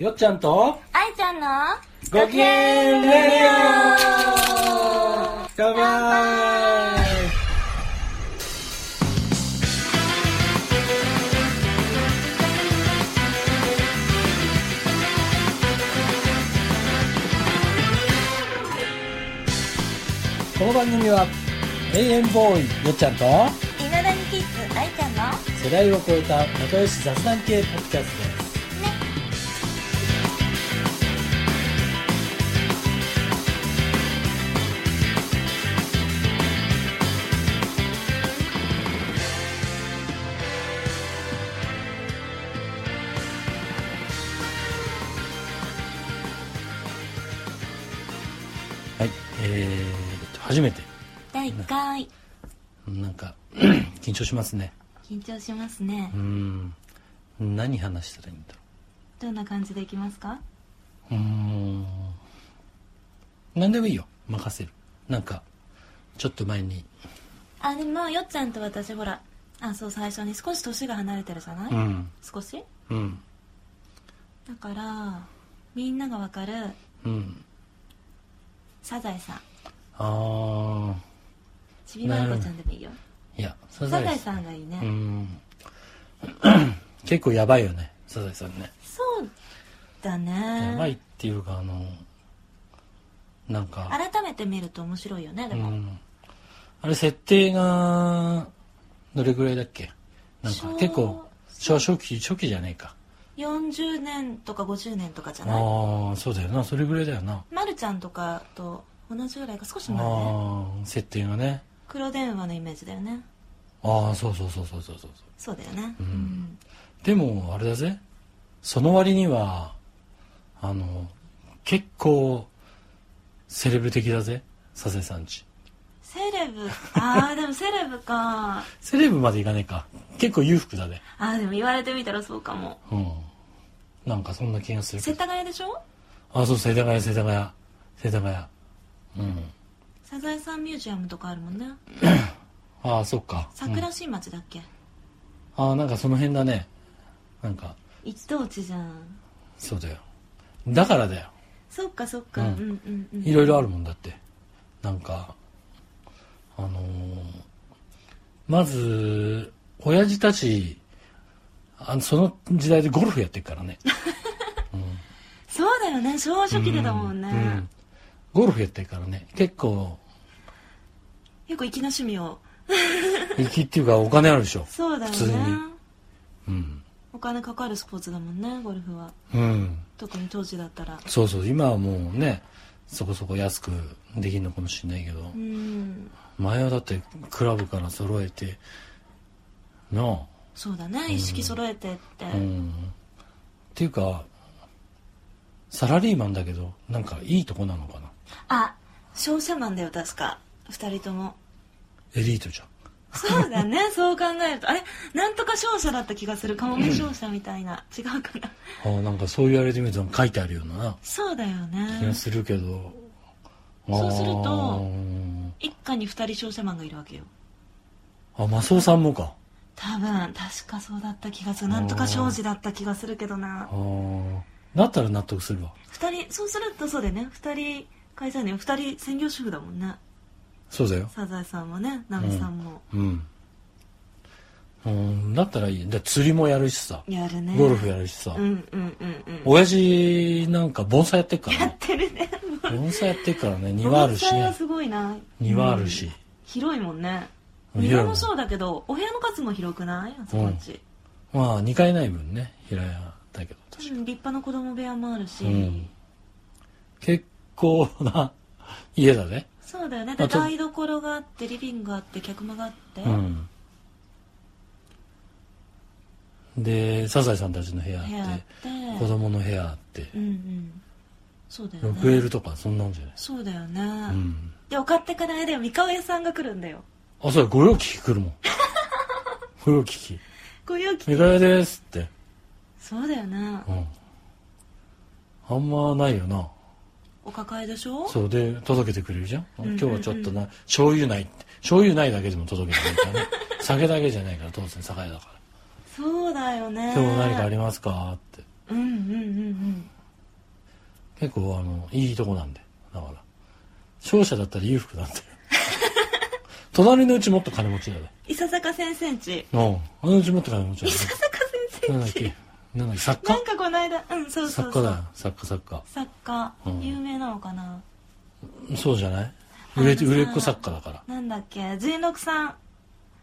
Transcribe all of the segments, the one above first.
よっちゃんと愛ちゃんのごきげんレディオ乾杯この番組は永遠ボーイよっちゃんといまだにキッズ愛ちゃんのね世代を超えた仲良し雑談系ポッドキャストですはいえー、と初めて第1回なんか緊張しますね緊張しますねうん何話したらいいんだろどんな感じでいきますかううーん何でもいいよ任せるなんかちょっと前にあでもまあよっちゃんと私ほらあそう最初に少し年が離れてるじゃない、うん少しうんだからみんながわかるうんサザエさんあちびまる子ちゃんでもいいよあいやササザエザエさんさんがいいね、うん結構やばいよねサザエさんね、そうだやばいっねていうかあのなんか改めて見ると面白いよねでうも、ん、あれ設定がどれぐらいだっけなんか小結構初初期初期じゃねえか40年とか50年とかじゃないああそうだよなそれぐらいだよな、まるちゃんとかと同じぐらいか少し前ねああ設定がね黒電話のイメージだよねああそうそうそうそうそうそうそうそうだよねううんん、でもあれだぜその割にはあの結構セレブ的だぜサザエさんちセレ ブああでもセレブかセレブまでいかねえか結構裕福だねあーでも言われてみたらそうかもうんなんかそんな気がするけ世ど田谷でしょあそう世田谷世田谷世田谷うんサザエさんミュージアムとかあるもんねああそっか、うん桜新町だっけ、ああなんかその辺だねなんか一等地じゃんそうだよだからだよそっかそっか、ううんん、うんうんいろいろあるもんだってなんかあのーまず親父たちあのその時代でゴルフやってるからねそうだよね正直でだもんね、ううんゴルフやってるからね結構結構粋な趣味を粋っていうかお金あるでしょそうだよ普通ねにうんお金かかるスポーツだもんねゴルフはうん特に当時だったらそうそう今はもうねそこそこ安くできるのかもしれないけど、うん前はだってクラブから揃えてなあそうだね一式揃えてって、うんっていうかサラリーマンだけどなんかいいとこなのかなあ商社マンだよ確か2人ともエリートじゃんそうだね そう考えるとあれなんとか商社だった気がするかもめ商社みたいな違うかなあーなんかそう言われてみると書いてあるようなそうだよ気がねするけど、そうするとあ一家に2人商社マンがいるわけよーあマスオさんもか多分確かそうだった気がするなんとか商事だった気がするけどなあーだったら納得するわ2人そうするとそうだよね2人会社員2人専業主婦だもんねそうだよサザエさんもねナミさんも、うんうんだったらいいだ釣りもやるしさやるねゴルフやるしさ、うんうんうんうん親父なんか盆栽やってっからやっねてるね盆栽やってっからね庭あるし盆栽はねすごいな庭あるし、広いもんね広い庭もそうだけどお部屋の数も広くないあそこっち、まあ2階ない分ね平屋だけどうん、確立か派な子供部屋もあるし、に、うん、結構な家だねそうだよねあでと台所があってリビングがあって客間があって、うんでサザエさんたちの部屋あっ部屋あってて子供の部屋あってうんうんそうだよね 6L とかそんなんじゃないそうだよね、うんでお買ってかないで三河屋さんが来るんだよあそうだ御用聞き来 るもん御用聞きご用「き三河屋です」ってそうだよねうんあんまないよなお抱えでしょそうで届けてくれるじゃん,、んうんうん今日はちょっとな醤油ないって醤油ないだけでも届けてくれるから ね酒だけじゃないから当然酒屋だかそうだよねら今日も何かありますかってうんうんうんうん結構あのいいとこなんでだから商社だったら裕福 なんだよ隣のうちもっと金持ちだね伊佐坂先生んちうんあのうちもっと金持ちだ伊ね 佐坂先なんだ生んっちけなんだっけ作な家んかこの間うんそうそ作うそ家うだよ作家作家作家うん有名なのかなそうじゃないあの売れてさ売れっ子作家だからなんだっけ純六さん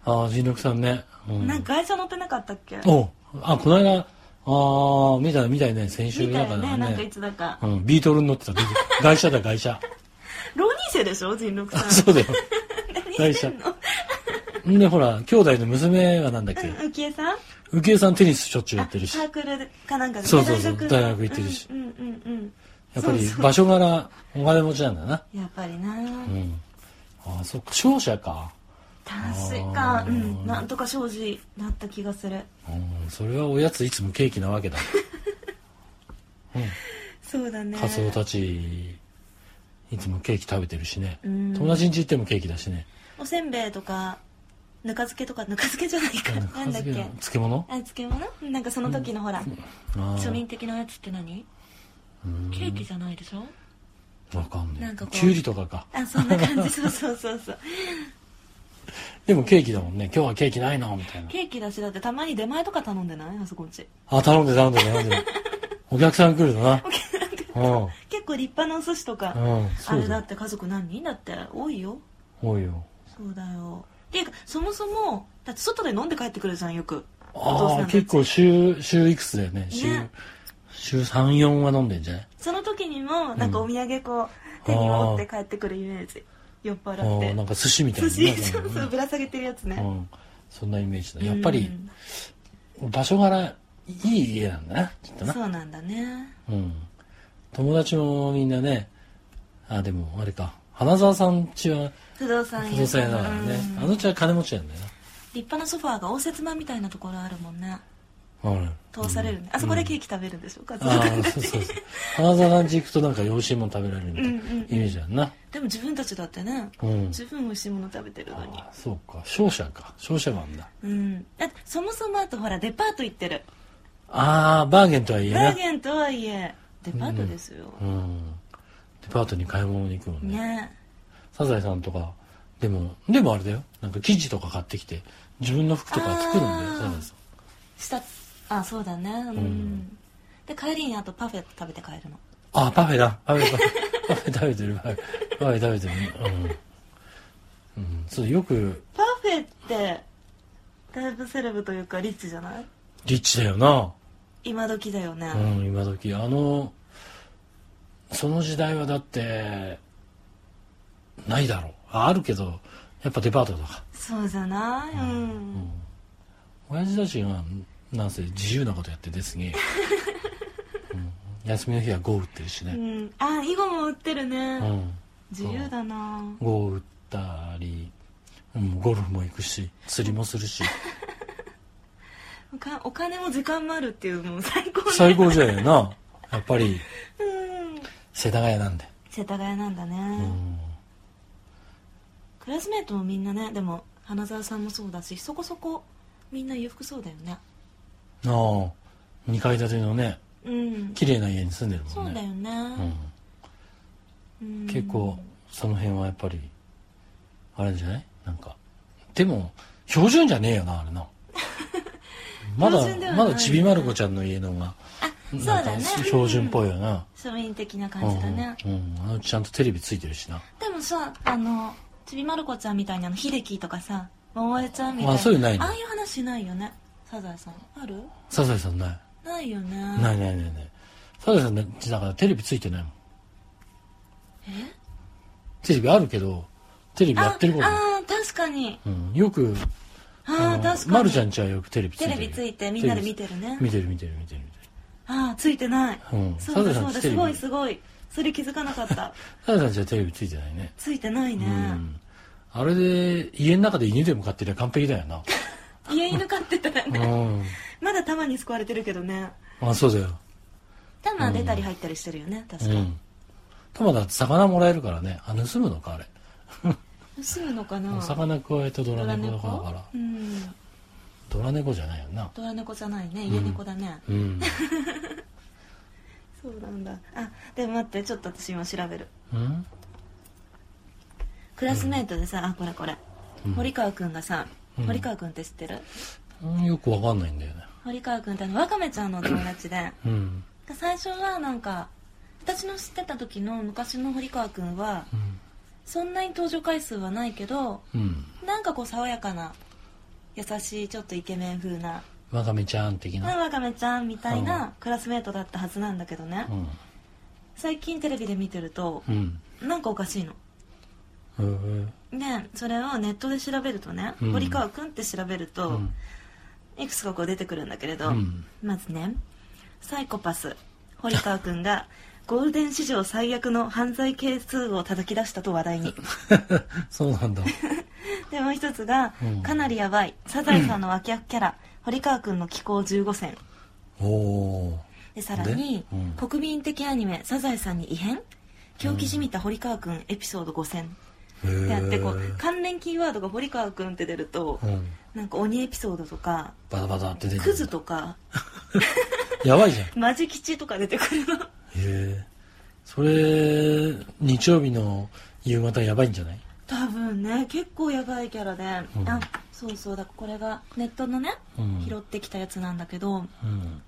ああ人力さんね、うん、なんか外車乗ってなかったっけおうあこの間ああ見た見たいね先週みだかたいらねねなんかいつだかうん、ビートルに乗ってたビートル外車だ外車浪人生でしょ純六さ んそうだよ 何してんのんでほら兄弟の娘はなんだっうけん浮江さん浮江さんテニスしょっちゅうやってるしサークルかなんかでそうそうそう大学大学行ってるしうんうんうんうんやっぱりそうそう場所柄お金持ちなんだなやっぱりなうんああそっか商社か確かあーうんなんとか庄司だった気がするうんそれはおやついつもケーキなわけだそうだねカツオたちいつもケーキ食べてるしねうん友達ん家行ってもケーキだしねおせんべいとかぬか漬けとかぬか漬けじゃないかなんだっけ漬物あ漬物なんかその時のほらあ庶ー民的なやつって何うんケーキじゃないでしょわかんなないんかこうきゅうりとかかあそんな感じ そうそうそうそうでもケーキだもんね今日はケーキないなみたいなケーキだしだってたまに出前とか頼んでないあそこんちあ頼んで頼んで頼んで お客さん来るなうん結構立派なお寿司とかうんあそうれだだって家族何人だって多いよ多いよそうだよっていうかそもそもだって外で飲んで帰ってくるじゃんよくお父さあんあたち結構週週いくつだよね週ね週34は飲んでんじゃないその時にもなんかお土産こう手に持って帰ってくるイメージ酔っあー払なっんかて寿司みたい寿なね司そうそうぶら下げてるやつうねん、そんなイメージだやっぱりうん場所柄いい家なんだなきっとなそうなんだねうん友達もみんなねあでもあれか花澤さんちは不動産屋不動産屋だからねうんあのちは金持ちなんだよ立派なソファーが応接間みたいなところあるもんねなうん通されるね、あそこでケーキ食べるんでしょうか、ああそうそうそう花澤さんち行くとなんか美味しいもの食べられるみたいなうんうんうんイメージだな でも自分たちだってねうん十分美味しいもの食べてるのにああそうか商社か商社なんだうんだってそもそもあとほらデパート行ってるああバーゲンとはいえバなーゲンとはいえデパートですよ、うんデパートに買い物に行くもんねねサザエさんとかでもでもあれだよなんか生地とか買ってきて自分の服とか作るんだよあーサザエさんしたあそうだねうん、うんで帰りにあとパフェ食べて帰るのあパフェだパフェパフェパフェ食べてるパフェパフェ食べてるうん、うん、そうよくパフェってだいぶセレブというかリッチじゃないリッチだよな今時だよね、うん今時あのその時代はだってないだろうああるけどやっぱデパートだからそうじゃないうん、親父たちがなんせ自由なことやってですね、うん、休みの日は碁打ってるしうね、ん、あ囲碁も売ってるね、うん、自由だな碁打ったり、うん、ゴルフも行くし釣りもするしおかお金も時間もあるっていうもう最高だ最高じゃよ なやっぱりうん世田谷なんで、世田谷なんだね、うん、クラスメートもみんなねでも花澤さんもそうだしそこそこみんな裕福そうだよねああ2階建てのねうん綺麗な家に住んでるそもうんだよねね、うんうん、結構その辺はやっぱりあれじゃないなんかでも標準じゃねえよなあれ なまだ標準ではないまだちびまる子ちゃんの家のがあそうなんだかね標準っぽいよな、庶民的なうん感じだね、うんあのちゃんとテレビついてるしなでもさあのちびまる子ちゃんみたいなあの秀樹とかさ桃江ちゃんみたいなあそういうのないのああいう話ないよねサザエさんあるサザエさんない、ないよねないないないないサザエさんねだからテレビついてないもんえテレビあるけどテレビやってることない、ああー確かにうん、よくああの確かにまるちゃんちはよくテレビついてテるレビついてみんなで見てるね見てる見てる見てる見てああついてない、るうんそうサザエだそさんうちだテレすビごいすごいそれ気づかなかった サザエさんちはテレビついてないねついてないね、うんあれで家の中で犬でも飼ってりゃ完璧だよ な家犬飼ってたらうねんまだ玉に救われてるけどねあそうだよ玉出たり入ったりしてるよね確うか、んたまだって魚もらえるからねあ盗むのかあれ盗むのかなお魚加えてドドララ猫だ猫からうんドラ猫じゃないよなドラ猫じゃないね家猫だね、うんそうなんだあでも待ってちょっと私今調べるうんクラスメートでさ、あこれこれ、うん堀川くんがさ、うん堀川くんって知ってるうんよくわかんないんだよね堀川くんってあのワカメちゃんのお友達でうん最初はなんか私の知ってた時の昔の堀川くんはうんそんなに登場回数はないけどうんなんかこう爽やかな優しいちょっとイケメン風なわかめちゃん的「なあワカメちゃん」みたいうなクラスメートだったはずなんだけどねうん最近テレビで見てるとうんなんかおかしいのへえでそれをネットで調べるとねうん堀川くんって調べるうとんいくつかこう出てくるんだけれうどんまずねサイコパス堀川くんがゴールデン史上最悪の犯罪係数を叩き出したと話題に そうなんだでもう一つが、うんかなりやばいサザエさんの脇役キャラ堀川くんの気候15選おおでさらに、でうん国民的アニメ「サザエさんに異変」狂気じみた堀川くんエピソード5000へえであってこう関連キーワードが堀川くんって出るとうんなんか鬼エピソードとかバタバタって出てくクるズ とかやばいじゃんへマジ吉とか出てくるのえそれ日曜日の夕方やばいんじゃない多分ね結構やばいキャラで、うんあそうそうだからこれがネットのね、うん拾ってきたやつなんだけどうん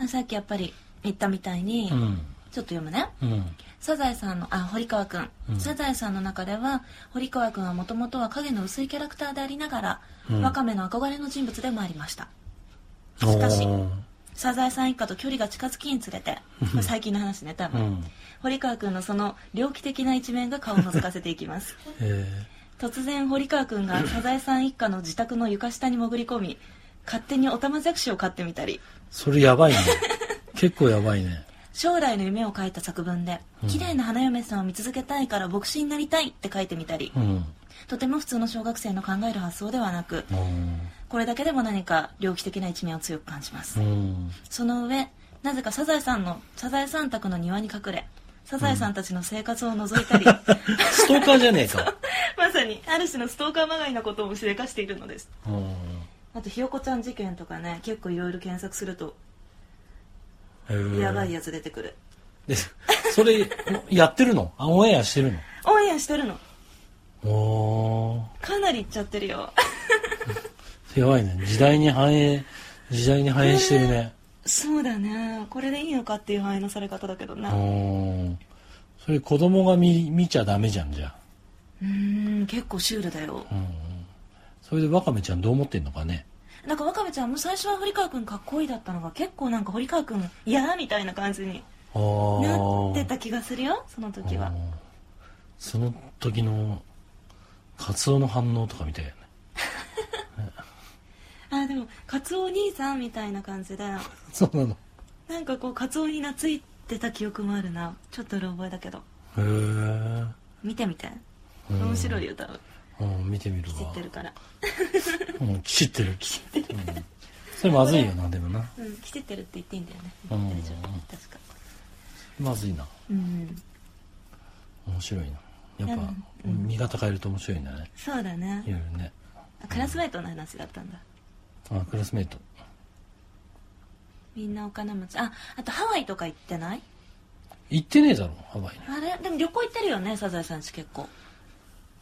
あさっきやっぱり言ったみたいに、うんちょっと読むねうんサザエさんのあ堀川くん、うんサザエさんの中では堀川くんはもともとは影の薄いキャラクターでありながら、うんワカメの憧れの人物でもありましたしかしおーサザエさん一家と距離が近づきにつれて、まあ最近の話ね多う分、ん堀川くんのその猟奇的な一面が顔を覗かせていきます へえ突然堀川くんがサザエさん一家の自宅の床下に潜り込み勝手にオタマジャクシを飼ってみたりそれやば いね結構やばいね将来の夢を書いた作文でうん綺麗な花嫁さんを見続けたいから牧師になりたいって書いてみたり、うんとても普通の小学生の考える発想ではなくうんこれだけでも何か猟奇的な一面を強く感じます、うんその上なぜかサザエさんのサザエさん宅の庭に隠れサザエさんたちの生活を覗いたり、ストーカーじゃねえか まさにある種のストーカーまがいなことをしでかしているのですうんあとひよこちゃん事件とかね結構いろいろ検索するとへーやばいやつ出てくる、でそれやってるのあオンエアしてるオンエアしてるののおーかなりいっちゃってるよ やばいね時代に反映時代に反映してるねそうだねこれでいいのかっていう反映のされ方だけどねうんそれ子供が見見ちゃダメじゃんじゃあうーん結構シュールだようんそれでワカメちゃんどう思ってんのかねなんか若部ちゃんも最初は堀川くんかっこいいだったのが結構なんか堀川くん嫌みたいな感じにああなってた気がするよその時はうんその時のカツオの反応とか見たいよねあーでもカツオお兄さんみたいな感じでそうなのなんかこうカツオに懐いてた記憶もあるなちょっとうろ覚えだけどへ見てみてえ面白いいよ多分うん見てみる知っわてるからうんきちってるきちってるそれまずいよなでもなうんきちってるって言っていいんだよねう大ん丈夫確かまずいなうん面白いなやっぱうん見方変えると面白いんだねそうだいろねいろねあクラスメートの話だったんだあクラスメイトみんなお金持ちああとハワイとか行ってない行ってねえだろハワイにあれでも旅行行ってるよねサザエさんち結構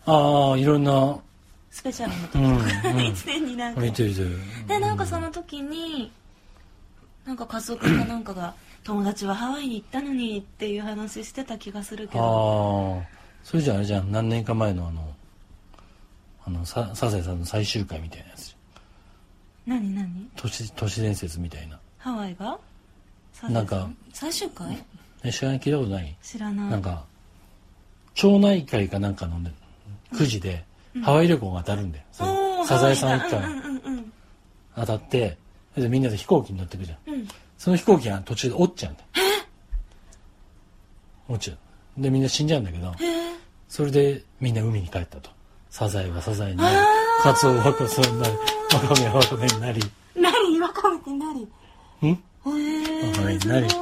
ああいろんなスペシャルの時うんうん 1年に何見回てるでなんかその時になんか家族かなんかが「友達はハワイに行ったのに」っていう話してた気がするけどああそれじゃあれじゃん何年か前のあのあのササザエさんの最終回みたいなやつ何何都市都市伝説みたいなハワイがサザエさなんか最終回え知らない聞いたことない知らないなんか町内会かなんかのねくじでハワイ旅行が当たるんだよ、そおのーサザエさん一ハワイ家だうんうんうん当たってそれでみんなで飛行機に乗ってくじゃんうんうんその飛行機が途中で落ちちゃうんだよ落ちちゃうでみんな死んじゃうんだけどへえそれでみんな海に帰ったとサザエはサザエになりあーカツオはカツオになりワカメはワカメになり何わかめて何んハへワイえにすなりごい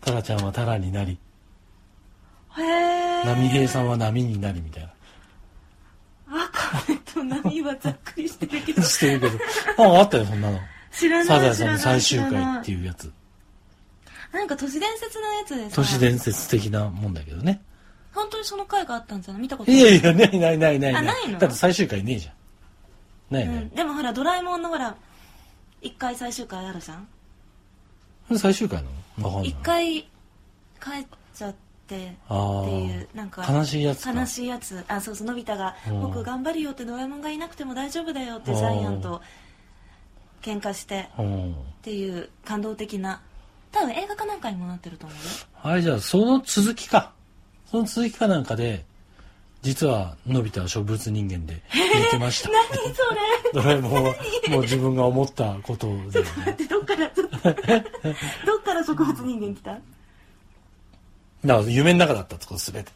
タラちゃんはタラになりへえ波平さんは波になりみたいなわかめと波はざっくりしてる けどしてるけどあああったよそんなの知らないサザエ知さんらのない最知終らない回っていうやつなんか都市伝説のやつです都市伝説的なもんだけどね。本当にその回があったんじゃない見たこといやいや、ないないないない。あないのだって最終回ねえじゃん。なういんね。でもほらドラえもんのほら一回最終回あるじゃんこれ最終回なのわかんない。一回帰っちゃってあっていうーなんか悲しいやつか。悲しいやつあそうそうのび太がう「ん僕頑張るよ」ってドラえもんがいなくても大丈夫だよってジャイアンと喧嘩してうん。っていう感動的な多分映画かなんかにもなってる と思うよあれじゃあ、その続きか。その続きかなんかで、実は、のび太は植物人間で寝てました。 何それドラえもんは、もう自分が思ったことを、ね。待ってどっから ちょっとどっから植物人間来ただから夢の中だったってこと、すべて。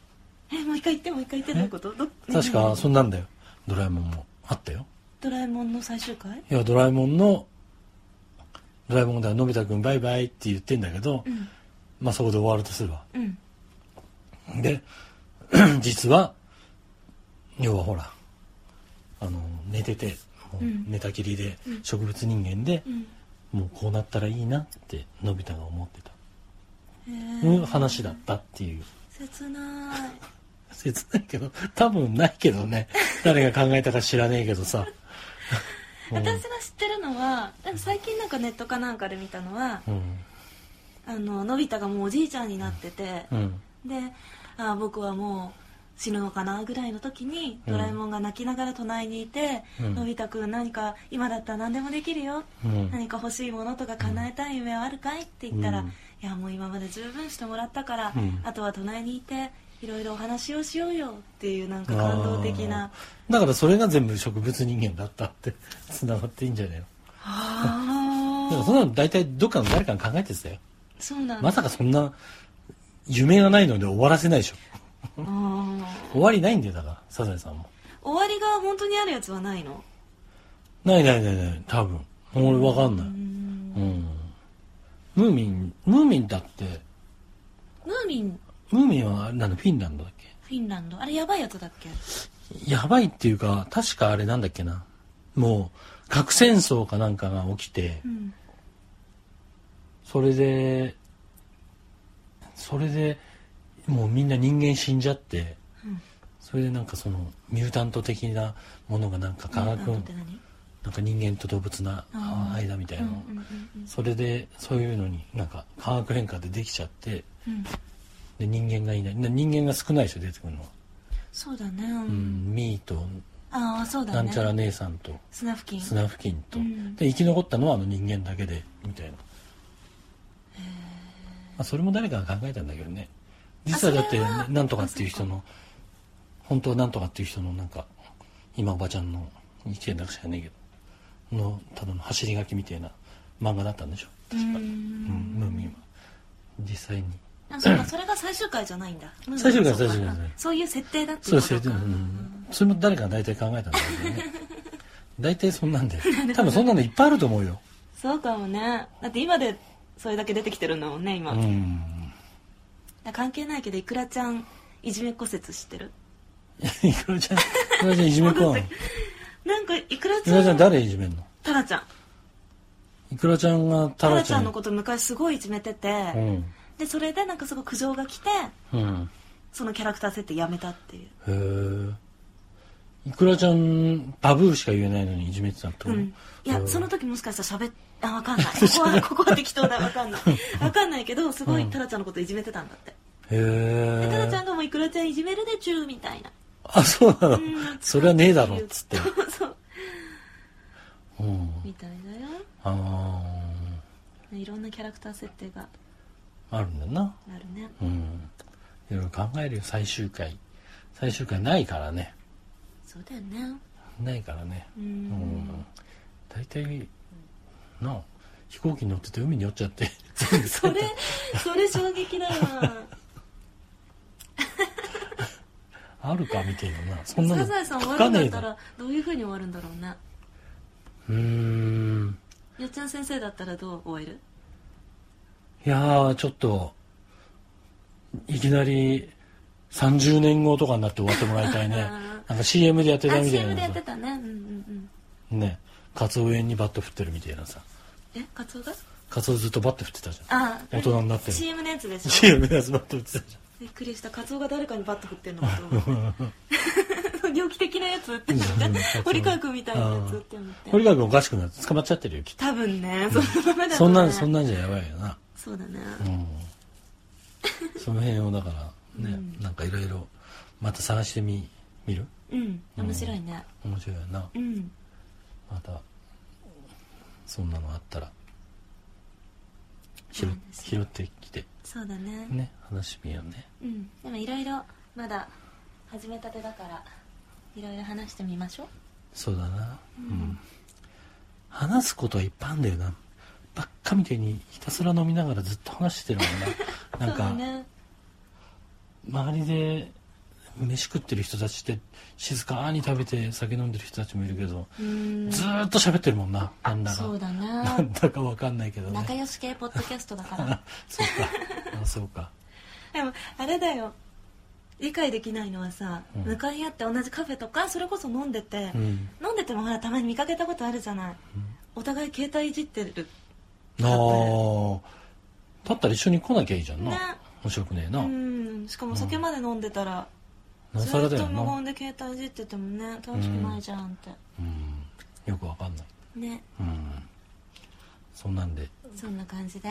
えもう一回言ってもう一回言ってどういうことど確ねか、そんなんだよ。ドラえもんも。あったよ。ドラえもんの最終回いや、ドラえもんの、ドラえもんではのび太くんバイバイって言ってんだけど、うんまあそこで終わるとするわ。うんで、 実は、要はほら、あの、寝てて、もううん寝たきりで、植物人間でう、んもうこうなったらいいなって、のび太が思ってた、えうん、ー、話だったっていう。切ない切ないけど、多分ないけどね。誰が考えたか知らねえけどさ。うん私が知ってるのはでも最近なんかネットかなんかで見たのはうん。あののび太がもうおじいちゃんになっててう、ん。であー僕はもう死ぬのかなぐらいの時にドラえもんが泣きながら隣にいて「うんのび太くん何か今だったら何でもできるよ」うん。何か欲しいものとか叶えたい夢はあるかいって言ったら、うんいやもう今まで十分してもらったから、うんあとは隣にいていろいろお話をしようよっていうなんか感動的なあーだからそれが全部植物人間だったって繋がっていいんじゃないのあだ からそんなの大体どっかの誰かが考えてたよそうなんだ、まさかそんな夢がないので終わらせないでしょうん終わりないんだよだからサザエさんも終わりが本当にあるやつはないのないないないない多分俺わかんないうんうんムーミンムーミンだってムーミンムーミンはあれなんだフィンランドだっフィンランドあれやばいやつだっけけやばいっていうか確かあれなんだっけなもう核戦争かなんかが起きて、うんそれでそれでもうみんな人間死んじゃってうんそれでなんかそのミュータント的なものがなんか科学ムーミンなっんて何か人間と動物なあー間みたいなのうんうんうんそれでそういうのになんか化学変化でできちゃってうんうんで人間がいないな人間が少ないでしょ出てくるのは、そうだね、うん、ミーとああそうだなねんちゃら姉さんとスナフキンスナフキンと、うんで生き残ったのはあの人間だけでみたいな、まあ、それも誰かが考えたんだけどね実はだってあそれはなんとかっていう人の本当はなんとかっていう人のなんか今おばちゃんの生きてなくちゃねえけどのただの走り書きみたいな漫画だったんでしょ、ううんんムーミンは実際にあそうかそれが最終回じゃないんだ 最終回そうか最終回じゃないそういう設定だってそいううそこれとで、かうん、それも誰かが大体考えたんだけどね 大体そんなんで多分そんなのいっぱいあると思うよそうかもねだって今でそれだけ出てきてるんだもんね今、うだかんら関係ないけどいくらちゃんいじめ骨折してるいくらちゃん、いくらちゃんいじめっ 子なの。いなんかいくらちくゃらちゃんん誰いじめんのタラちゃんいくらちゃんがタタララちちゃゃん。んのこと昔すごいいじめてて、うん。でそれでなんかすごい苦情が来てうん。そのキャラクター設定やめたっていうへえ。いくらちゃん、バブーしか言えないのにいじめてたってこうとん、いや、うんその時もしかしたら喋っ あ わかんないここはここは適当だわかんないわかんないけどすごいタラちゃんのこといじめてたんだって、へでタラちゃんえ。がもういくらちゃんいじめるでちゅうみたいなあ、そうなのんそれはねえだろ、っつって。そうそううん。みたいだよあいろんなキャラクター設定があ、あるんだな。あるねうん。いろいろ考えるよ、最終回。最終回ないからね。そうだよねないからね。ううんん。大体、なあ、飛行機に乗ってて海に寄っちゃって。 それそれ衝撃だわあるかみたいなな。そんなのサザエさん終書わかるんねだえっただらどういう風に終わるんだろうねうーん。よっちゃん先生だったらどう終えるいやー、ちょっと、いきなり30年後とかになって終わってもらいた いねあ。なんか CM でやってたあみたい CM でなやってさ。たねうんうんうんね。カツオ園にバット振ってるみたいなさ。えカツオがカツオずっとバッて振ってたじゃんあ大人になってる CM のやつでしょチームのやつバッて振ってたじびっくりしたカツオが誰かにバッと振ってんのかと思って 猟奇的なやつ打ってんのうんねカツオ堀川君みたいなやつ打ってんのっゃんて堀川君おかしくなって捕まっちゃってるよきっ多分ねそのままだととねそんなんそんなんじゃやばいよなそうだねうんその辺をだからね、うんなんかいろいろまた探してみ見るうん面白いね面白いよなうんまたそんなのあったら拾そうなんです拾ってきてそうだねね話してみようねうんでもいろいろまだ始めたてだからいろいろ話してみましょうそうだなうん、ん話すことはいっぱいあんだよなばっかみたいにひたすら飲みながらずっと話してるもん ななんそうか、だね周りで飯食ってる人たちって静かに食べて酒飲んでる人たちもいるけど、うんずーっと喋ってるもんななんだかそうだなねんだかわかんないけど仲ね良し系ポッドキャストだから そうかあそうかでもあれだよ理解できないのはさ、うん向かい合って同じカフェとかそれこそ飲んでて、 うん飲んでてもほらたまに見かけたことあるじゃないお互い携帯いじってるなあだったら一緒に来なきゃいいじゃんなね面白くねえな、うんしかも酒まで飲んでたら、なおずさらだっとよ無な、言で携帯いじっててもね楽しくないじゃんって、うん、よくわかんないねうんそんなんでそんな感じで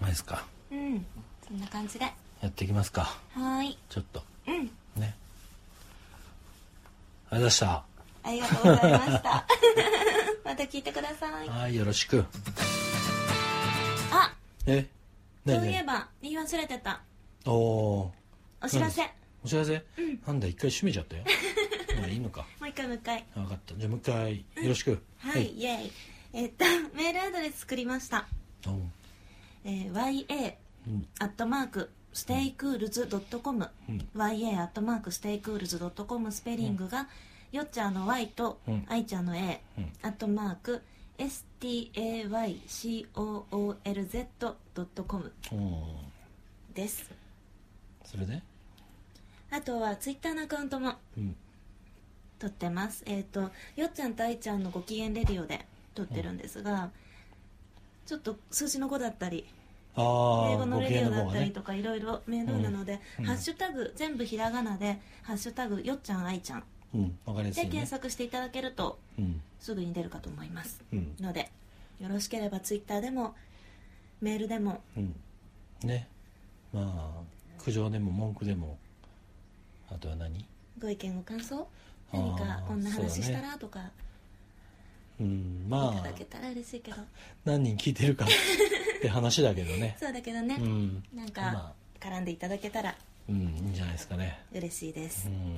ないですかうんそんな感じではやっていきますかーいちょっとうんねありがとうございましたありがとうございました また聞いてくださいはい、よろしく。あえ、そういえば言い忘れてたおおお知らせ何ーお知らせ、なんだ、一回閉めちゃ ったよ。まあいいのか。もう一回もう一回あわかった。じゃあもう一回、よろしく。はい、。イエイえっと メールアドレス作りました、どうもえー、ya うんアットマークステイクールズドットコムうん ya アットマークステイクールズドットコムスペリングが、よっちゃんの y と、うんあいちゃんの a うんアットマーク staycoolz ドットコムおーですそれであとはツイッターのアカウントもうん。撮ってますえっ、とよっちゃんとあいちゃんのご機嫌レディオで撮ってるんですが、ちょっと数字の5だったりあ英あ、語のごレ機ディ嫌オだのっ方たがりね。とかいろいろ面倒なので、うんハッシュタグ全部ひらがなで「ハッシュタグよっちゃんあいちゃんうん、わかり」やすでいね検。索していただけるとうん。すぐに出るかと思いますうん。のでよろしければツイッターでもメールでもうん。ね。まあ、苦情でも文句でも、あとは何ご意見ご感想あー何かこんなそう話だしねたらとかうん、いまあただ、けたら嬉しいけど。何人聞いてるかって話だけどねそうだけど ねう、ん。なんまかあ絡んでいただけたらうん、いいんじゃないですかね。嬉しいですうん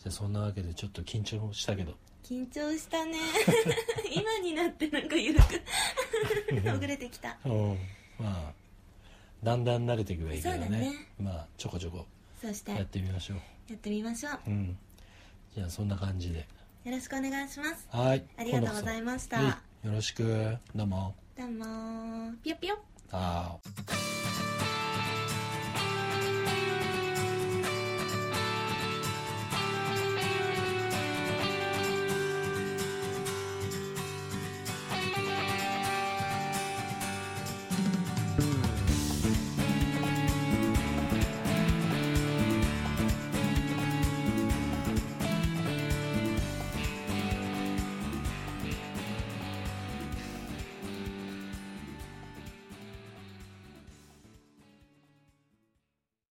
じゃあそんなわけでちょっと緊張もしたけど緊張した ね今になってなんかゆるくほぐれてきたうんまあだんだん慣れていくばいいけどねそうだねまあちょこちょこそしてやってみましょう、やってみましょううんじゃあそんな感じでよろしくお願いしますはいありがとうございました今度こそはいよろしくどうもどうもーぴよぴよあー